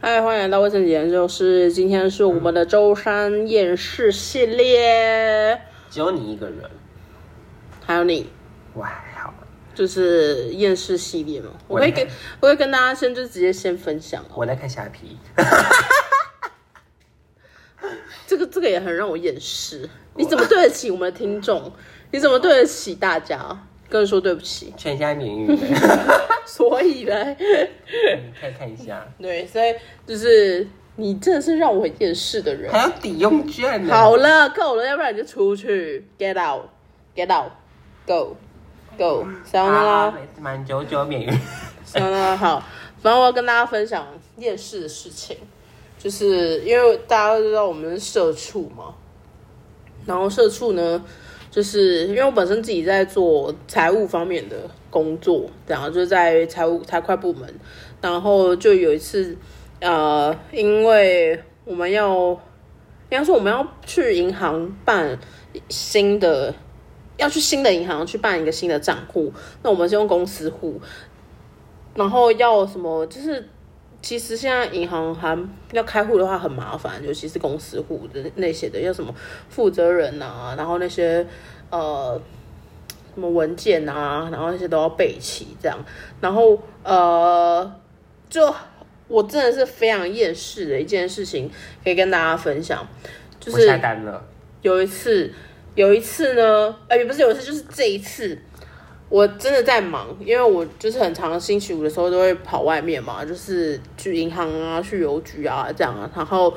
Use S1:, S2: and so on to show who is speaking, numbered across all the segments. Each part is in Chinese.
S1: 嗨，欢迎来到卫生间，就是今天是我们的周三厌世系列，
S2: 只有你一个人，
S1: 还有你，
S2: 我还好。
S1: 就是厌世系列嘛。我
S2: 我
S1: 会
S2: 来
S1: 跟我会跟大家先就直接先分享哦，
S2: 我在看虾皮，
S1: 这个这个也很让我厌世。你怎么对得起我们的听众？你怎么对得起大家？跟人说对不起，
S2: 全家 免运的，
S1: 所以呢，
S2: 你可以看一下。
S1: 对，所以就是你真的是让我很厌世的 人。
S2: 还有抵用券呢，
S1: 好了，够了，要不然你就出去，get out，get out，go go，
S2: 好
S1: 小啦啦，
S2: 啊满九九免运。
S1: 小啦， 好。反正我要跟大家分享厌世的事情，就是因为大家都知道我们是社畜嘛，然后社畜呢，就是因为我本身自己在做财务方面的工作，然后就在财务财会部门，然后就有一次，呃，因为我们要应该说我们要去银行办新的，要去新的银行去办一个新的账户，那我们是用公司户，然后要什么就是。其实现在银行还要开户的话很麻烦，尤其是公司户的那些的，要什么负责人啊，然后那些呃什么文件啊，然后那些都要备齐这样。然后呃，就我真的是非常厌世的一件事情，可以跟大家分享，就
S2: 我
S1: 是
S2: 下单了，
S1: 有一次，有一次呢，呃，也不是有一次，就是这一次，我真的在忙，因为我就是很常星期五的时候都会跑外面嘛，就是去银行啊、去邮局啊这样啊，然后，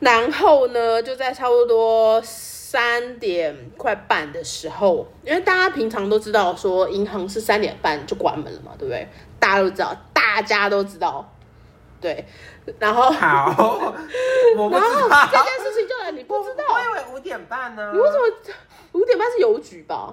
S1: 然后呢，就在差不多三点快半的时候，因为大家平常都知道说银行是三点半就关门了嘛，对不对？大家都知道，大家都知道，对，然后。
S2: 好，我不
S1: 然后
S2: 知
S1: 这
S2: 道，
S1: 件事情就来，你不知道，
S2: 我以为五点半呢。
S1: 你为什么五点半是邮局吧？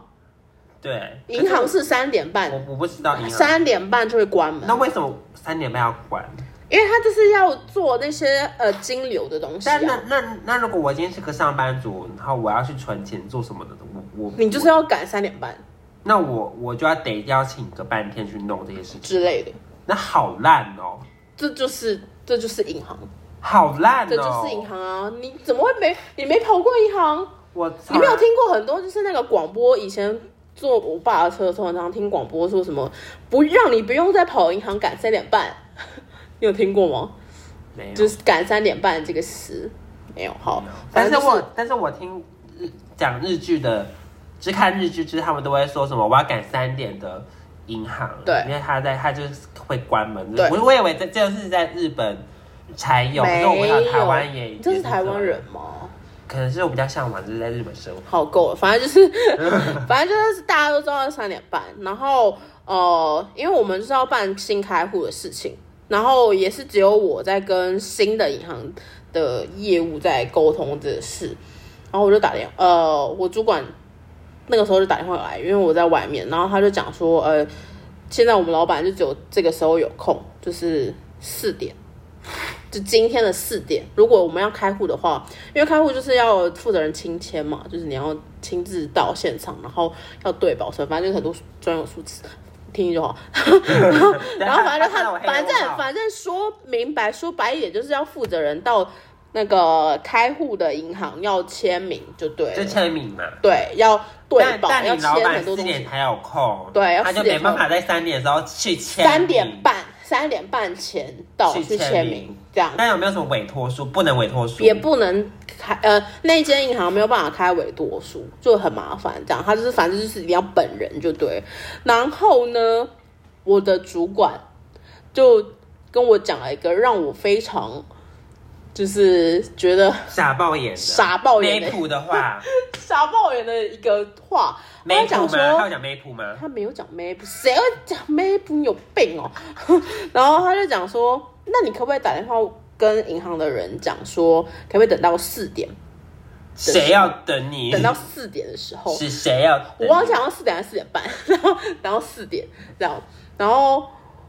S2: 对，
S1: 银行是三点
S2: 我
S1: 半，
S2: 我不知道哦银行。
S1: 三点半就会关门
S2: 那，为什么三点半要关？
S1: 因为他就是要做那些呃金流的东西、
S2: 但那
S1: 啊。
S2: 那那如果我今天是个上班族，然后我要去存钱做什么的，我我
S1: 你就是要赶三点半
S2: 那我我就要得要请个半天去弄这些事情，
S1: 之类的，
S2: 那好烂哦，
S1: 这就是这就是银行，
S2: 好烂哦，
S1: 这就是银行啊！你怎么会没你没跑过银行？
S2: 我
S1: 你没有听过很多就是那个广播，以前坐我爸的车的时候，常常听广播说什么不让你不用再跑银行赶三点半， 你有听过吗？
S2: 没有？
S1: 就是赶三点半这个词没有好，反
S2: 但是
S1: 正就
S2: 我但是我听日讲日剧的，只看日剧，就是他们都会说什么我要赶三点的银行，
S1: 对
S2: 因为他在他就是会关门。
S1: 对
S2: 我我以为这这就是在日本才有，可
S1: 没
S2: 是我不知道台湾也
S1: 你这是台湾，
S2: 也
S1: 人吗？
S2: 这样可能是我比较向往就是在日本生活。
S1: 好够了，反正就是， 反正就是大家都知道三点半，然后呃，因为我们就是要办新开户的事情，然后也是只有我在跟新的银行的业务在沟通这个事，然后我就打电呃，我主管那个时候就打电话来，因为我在外面，然后他就讲说，呃，现在我们老板就只有这个时候有空，就是四点。就今天的四点，如果我们要开户的话，因为开户就是要负责人亲签嘛，就是你要亲自到现场，然后要对保存，反正就是很多专有术词，听就 好。 然后反正
S2: 看到
S1: 他
S2: 我黑
S1: 反
S2: 我
S1: 正
S2: 好
S1: 反正说明白说白一点，就是要负责人到那个开户的银行要签名就对
S2: 就
S1: 了，
S2: 签名嘛。
S1: 对，要对
S2: 但
S1: 保，要
S2: 但你老
S1: 签
S2: 板
S1: 很多
S2: 四
S1: 东
S2: 点
S1: 西。
S2: 才有空，
S1: 对要
S2: 他就
S1: 4点
S2: 没办法在三点的时候去签名。
S1: 三点半，三点半前到
S2: 去
S1: 去
S2: 签
S1: 签
S2: 名
S1: 名，这样
S2: 那有没有什么委托书？不能委托书，
S1: 也不能开呃，那间银行没有办法开委托书，就很麻烦。这样，他就是反正就是一定要本人就对。然后呢，我的主管就跟我讲了一个让我非常就是觉得
S2: 傻爆眼的，
S1: 傻爆眼的
S2: 没谱 的话，
S1: 傻爆眼的一个话，他
S2: 没
S1: 就
S2: 谱
S1: 讲
S2: 吗？他有
S1: 说。
S2: 讲没谱吗？
S1: 他没有讲 map，谁会讲 map？你有病哦！ 然后他就讲说，那你可不可以打电话跟银行的人讲说，可不可以等到四点？
S2: 谁要等你？
S1: 等到四点的时候，
S2: 嗯是谁要等你？
S1: 我忘记好像四点还是四点半， 然后然后四点这样，然后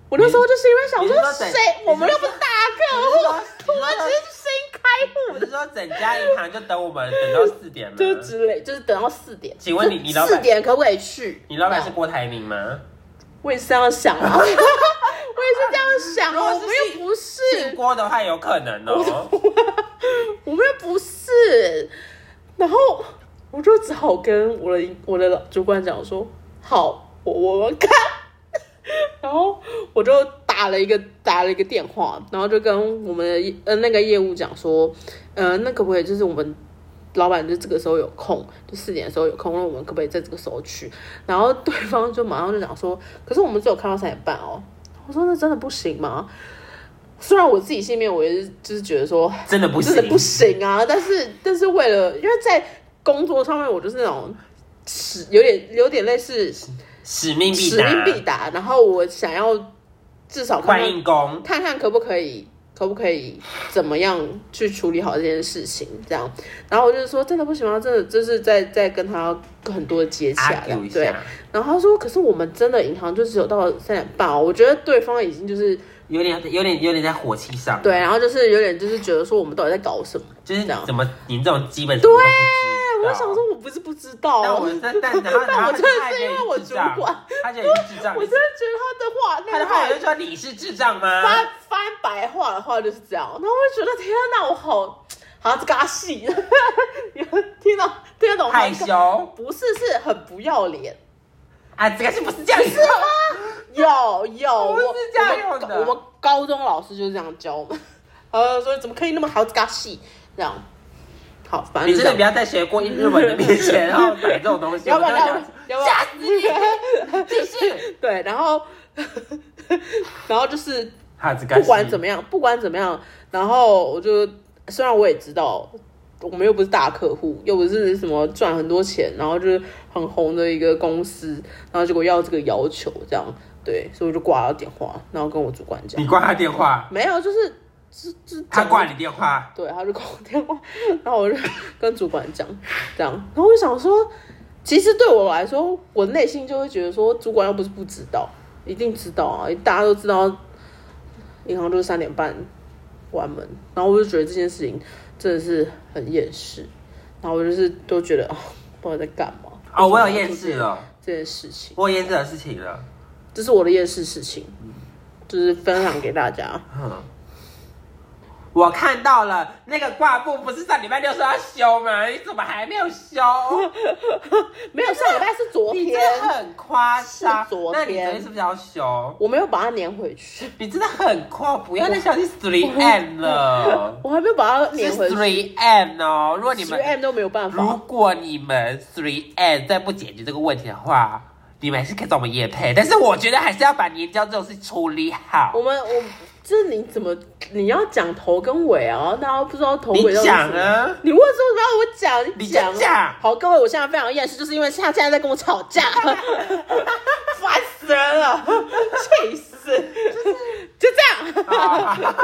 S1: 我那时候就是因为想
S2: 你
S1: 说
S2: 你是说等
S1: 谁，我们又不是大客户，
S2: 你
S1: 我们
S2: 是说
S1: 直接去新开户
S2: 你是说整家银行就等我们等到四点吗？
S1: 就之类，就是等到四点。
S2: 请问你你老板
S1: 四点可不可以去？
S2: 你老板是郭台铭吗？
S1: 我也是这样想啊，我也是这样想啊，
S2: 如果
S1: 我
S2: 是
S1: 们又不是
S2: 姓锅的话有可能哦、
S1: 我们又不是。然后我就只好跟我的我的老主管讲说，好，我我们看。然后我就打了一个打了一个电话，然后就跟我们的业呃那个业务讲说，呃，那可不可以就是我们老板就这个时候有空，就四点的时候有空，那我们可不可以在这个时候去？然后对方就马上就讲说，可是我们只有看到三点半哦。我说那真的不行吗？虽然我自己心里面我也是就是觉得说
S2: 真的不行
S1: 真的不行啊，但是但是为了因为在工作上面我就是那种使有点有点类似
S2: 使命必
S1: 使
S2: 达，
S1: 命必达，然后我想要至少看
S2: 欢迎
S1: 看
S2: 工。
S1: 看看可不可以，可不可以怎么样去处理好这件事情，这样。然后我就说真的不行吗？啊真的就是在在跟他很多接洽
S2: argue
S1: 的，
S2: 一
S1: 对
S2: 下。，
S1: 然后他说，可是我们真的银行就只有到三点半哦，我觉得对方已经就是
S2: 有点有点有点在火气上，
S1: 对，，然后就是有点就是觉得说我们到底在搞什么。
S2: 就是
S1: 这样
S2: 怎么你这种基本什么都不知
S1: 啊
S2: 道
S1: 我想，说，我不是不知道
S2: 但
S1: 哦，
S2: 我但但然
S1: 但
S2: 后然后
S1: 我真的
S2: 他
S1: 是
S2: 也
S1: 因为我
S2: 是智
S1: 主
S2: 障
S1: 管，
S2: 他觉得你是智障，
S1: 我真的觉得他的话，那
S2: 他的
S1: 个
S2: 话呃
S1: 话
S2: 我就说你是智障吗
S1: 翻？翻白话的话就是这样，然后我就觉得天哪，我好好这尬 戏，听到听得懂
S2: 害羞
S1: 不是是很不要脸，
S2: 啊，这个是不是这样子吗？
S1: 有有，我
S2: 不是这样
S1: 我
S2: 用
S1: 们
S2: 的
S1: 我们高中老师就是这样教我们， 呃，说怎么可以那么好这尬戏这样，好，反正
S2: 你
S1: 就
S2: 真
S1: 这
S2: 的
S1: 样
S2: 不要在学过日文的面 前，然后摆这种东西，
S1: 要不
S2: 我
S1: 然
S2: 就想
S1: 要不然
S2: 吓死你！继 续，
S1: 对，然后 然后就是
S2: 哈子干，
S1: 不管怎么样，不管怎么样，然后我就虽然我也知道，我们又不是大客户，又不是什么赚很多钱，然后就是很红的一个公司，然后结果要这个要求，这样对，所以我就挂了电话，然后跟我主管讲，
S2: 你挂他电话，
S1: 没有，就是是是
S2: 他
S1: 讲
S2: 挂你电话，
S1: 对，他就挂我电话，然后我就跟主管讲，这样，然后我就想说，其实对我来说，我内心就会觉得说，主管又不是不知道，一定知道啊，大家都知道，银行就是三点半关门，然后我就觉得这件事情真的是很厌世，然后我就是都觉得啊，到底在干嘛？
S2: 哦，我有
S1: 为什么要
S2: 厌
S1: 做
S2: 世了，
S1: 这件事情，
S2: 我有厌世的事情了，
S1: 这是我的厌世事情，就是分享给大家。
S2: 嗯。我看到了，那个挂布不是上礼拜六说要修吗？你怎么还没有修？
S1: 没有，上礼拜是 昨
S2: 你
S1: 天，
S2: 真的很夸张
S1: 是。昨
S2: 那你昨
S1: 天
S2: 天是不是要修？
S1: 我没有把它粘回去。
S2: 你真的很夸，不要再相信 three M 了，
S1: 我还没有把它
S2: 是
S1: 粘回去
S2: three M 哦。如果你
S1: ，three
S2: 们
S1: M 都没有办
S2: 如
S1: 法。
S2: 果你们 Three N 再不解决这个问题的话，你们还是可以找我们叶配，但是我觉得还是要把粘胶这种事处理 好
S1: 我。们我就是你怎么你要讲头跟尾啊？大家不知道头尾
S2: 你
S1: 到底是什
S2: 讲
S1: 么。
S2: 啊，
S1: 你为什么要我讲？
S2: 你
S1: 讲啊
S2: 就讲
S1: 好，各位，我现在非常厌世，就是因为他现在在跟我吵架，烦死人了，气死！就这样。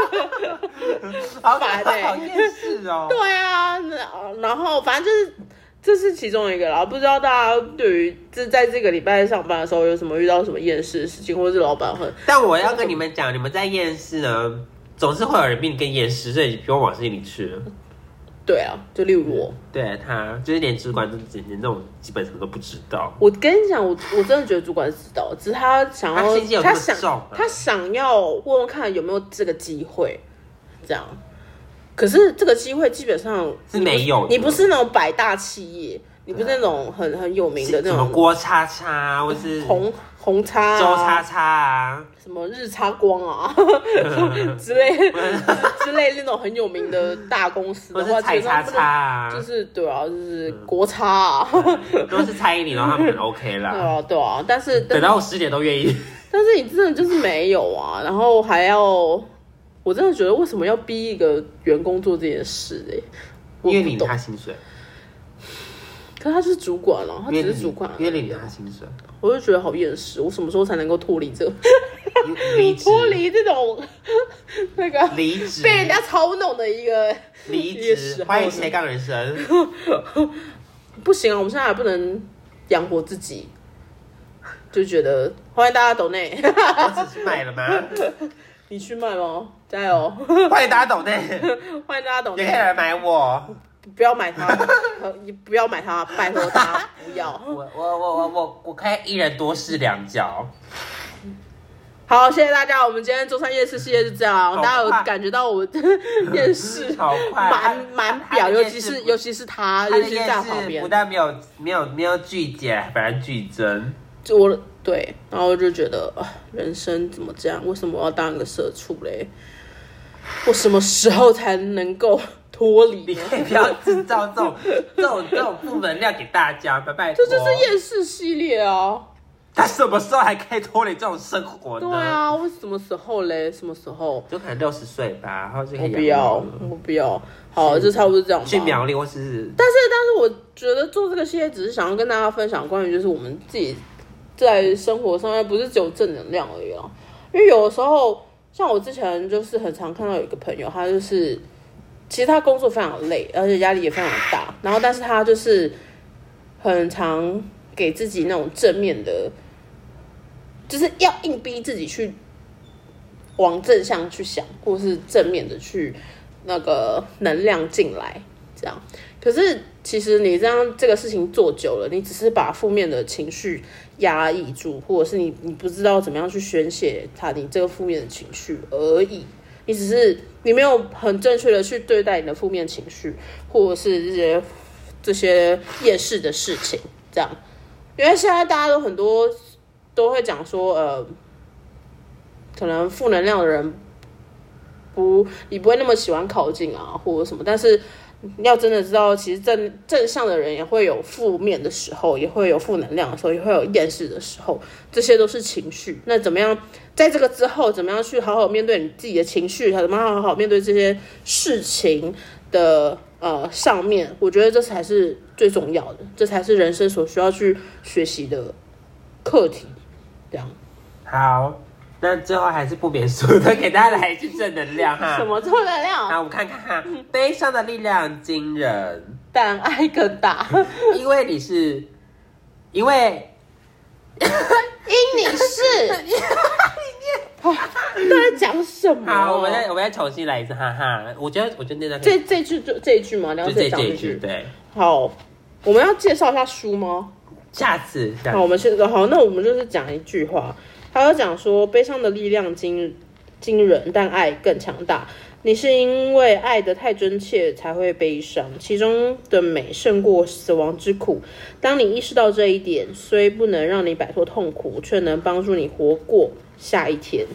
S2: 好
S1: 烦欸
S2: 讨厌是哦。
S1: 对啊，那然后反正就是这是其中一个啦。不知道大家对于这在这个礼拜上班的时候有什么遇到什么厌世的事情，或者是老板很
S2: 但我要跟你们讲，你们在厌世呢，总是会有人比你更厌世，所以你不用往心里去。
S1: 对啊，就例如我。
S2: 对他，就是连主管这连这种基本什么都不知道。
S1: 我跟你讲，我我真的觉得主管知道，只是他想
S2: 他
S1: 要
S2: 心机有
S1: 他
S2: 那么重
S1: 想
S2: 啊
S1: 他想要问问看有没有这个机会，这样。可是这个机会基本上
S2: 是没有的
S1: 你不是那种百大企业，你不是那种很很有名的那
S2: 什么
S1: 种
S2: 郭叉叉，或是周
S1: 红红叉、啊、
S2: 叉叉啊，
S1: 什么日差光 啊之类之之类那种很有名的大公司
S2: 或
S1: 的
S2: 是
S1: 话，
S2: 彩
S1: 基本上
S2: 叉
S1: 不能
S2: 叉啊，
S1: 就是对啊，就是国差啊，
S2: 嗯 都是蔡依林，然后他们很 OK
S1: 对
S2: 啦。
S1: 啊对啊，但是但
S2: 等
S1: 是
S2: 到我十点都愿意。
S1: 但是你真的就是没有啊，然后还要，我真的觉得为什么要逼一个员工做这件事哎、我
S2: 因为
S1: 不
S2: 领
S1: 懂。
S2: 他薪水，
S1: 可是他就是主管了、他
S2: 因为
S1: 只
S2: 领
S1: 是主管而已啊，
S2: 因为领他薪水，
S1: 我就觉得好厌世。我什么时候才能够脱离 这个
S2: 离 职
S1: 脱离这种那个
S2: 离职
S1: 被人家操弄的一个？
S2: 离
S1: 也是
S2: 职，欢迎斜杠人生。
S1: 不行啊，我们现在还不能养活自己，就觉得欢迎大家抖内，
S2: 我只是买了吗？
S1: 你去卖吗？加油！
S2: 欢迎大家懂内，
S1: 欢迎大家抖
S2: 也
S1: 内
S2: 可以。来买我。
S1: 不要买它，呃你 不要买它，拜托它不要。
S2: 我我我我我我可以一人多试两脚。
S1: 好，谢谢大家，我们今天中山夜市系列就这样，大家有感觉到我们的夜市
S2: 好快
S1: 满满表，尤其
S2: 他的
S1: 是
S2: 夜市
S1: 尤其是他，
S2: 他
S1: 尤
S2: 的
S1: 其是
S2: 夜
S1: 在我旁
S2: 市
S1: 边
S2: 不，但没有没有没有剧减，反而剧增。
S1: 就我对，然后我就觉得啊，人生怎么这样？为什么我要当一个社畜嘞？我什么时候才能够脱离
S2: 你
S1: 呢？
S2: 可以不要制造这种这种这种负能量给大家，拜拜
S1: 这
S2: 托。
S1: 就是夜市系列
S2: 哦
S1: 啊！
S2: 他什么时候还可以脱离这种生活呢？
S1: 对，啊，我什么时候嘞？什么时候？
S2: 就可能六十岁吧，然后就可
S1: 我
S2: 以
S1: 不
S2: 养
S1: 要
S2: 老了，
S1: 我不要。好，就差不多这样吧。
S2: 哎去苗栗或是
S1: 但是，但是我觉得做这个系列只是想要跟大家分享关于就是我们自己在生活上面不是只有正能量而已啦，因为有的时候像我之前就是很常看到有一个朋友，他就是其实他工作非常累，而且压力也非常大，然后但是他就是很常给自己那种正面的，就是要硬逼自己去往正向去想，或是正面的去那个能量进来，这样。可是其实你这样这个事情做久了，你只是把负面的情绪压抑住，或者是你你不知道怎么样去宣泄它，你这个负面的情绪而已。你只是你没有很正确的去对待你的负面情绪，或者是这些这些夜市的事情，这样。因为现在大家都很多都会讲说，呃，可能负能量的人不，你不会那么喜欢靠近啊，或者什么。但是要真的知道，其实正正向的人也会有负面的时候，也会有负能量的时候，也会有厌世的时候，这些都是情绪。那怎么样，在这个之后，怎么样去好好面对你自己的情绪，怎么样好好面对这些事情的呃上面，我觉得这才是最重要的，这才是人生所需要去学习的课题。这样
S2: 好。那最后还是不免俗的，给大家来一句正能量哈。
S1: 什么正能
S2: 好，
S1: 量？
S2: 我们看看哈，悲伤的力量惊人，
S1: 但爱更大，
S2: 因为你是，因为
S1: 因你是。 他在哦讲什么？啊
S2: 好，我们再我们再重新来一次，哈哈。我觉得我觉得那段可以
S1: 这这句就这一句吗？你要
S2: 就
S1: 再
S2: 这
S1: 讲
S2: 这一
S1: 句。
S2: 句对，
S1: 好，我们要介绍一下书吗？
S2: 下次下次
S1: 好，我们现在好，那我们就是讲一句话，他要讲说悲伤的力量惊惊人，但爱更强大。你是因为爱得太真切才会悲伤，其中的美胜过死亡之苦。当你意识到这一点，虽不能让你摆脱痛苦，却能帮助你活过下一天。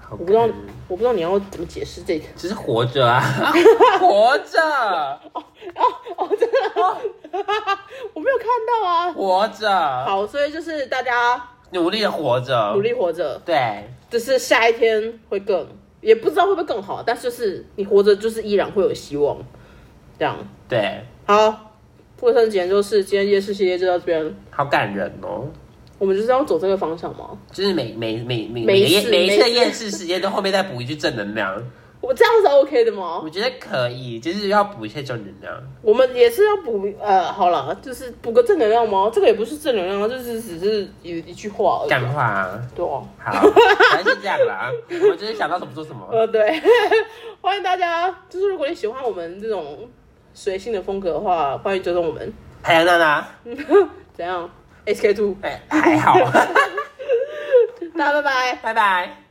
S2: 好
S1: 我不知道
S2: 可能，
S1: 我不知道你要怎么解释这个。
S2: 只是活着啊， 活着，
S1: 我没有看到啊。
S2: 活着，
S1: 好，所以就是大家
S2: 努力的活着，
S1: 努力活着，
S2: 对，
S1: 就是下一天会更，也不知道会不会更好，但是就是你活着就是依然会有希望，这样
S2: 对，
S1: 好。过圣节就是今天夜市系列就到这边，
S2: 好感人哦。
S1: 我们就是要走这个方向吗？
S2: 就是每每每每
S1: 每
S2: 每
S1: 一
S2: 一
S1: 次
S2: 每一
S1: 每一
S2: 次
S1: 次
S2: 的厌世时间都后面再补一句正能量，
S1: 我这样是 OK 的吗
S2: 我？觉得可以，就是要补一些正能量。
S1: 我们也是要补呃，好了，就是补个正能量吗？这个也不是正能量，就是只是一一句话而已
S2: 干
S1: 啊。
S2: 话、啊，
S1: 对啊，
S2: 好，反正是这样啦。我就是想到什么说什么。
S1: 呃，对， 欢迎大家，就是如果你喜欢我们这种随性的风格的话，欢迎追踪我们。
S2: 海洋娜娜，
S1: 怎样？SK two，
S2: 哎，还好，
S1: 大家拜拜。
S2: 拜拜。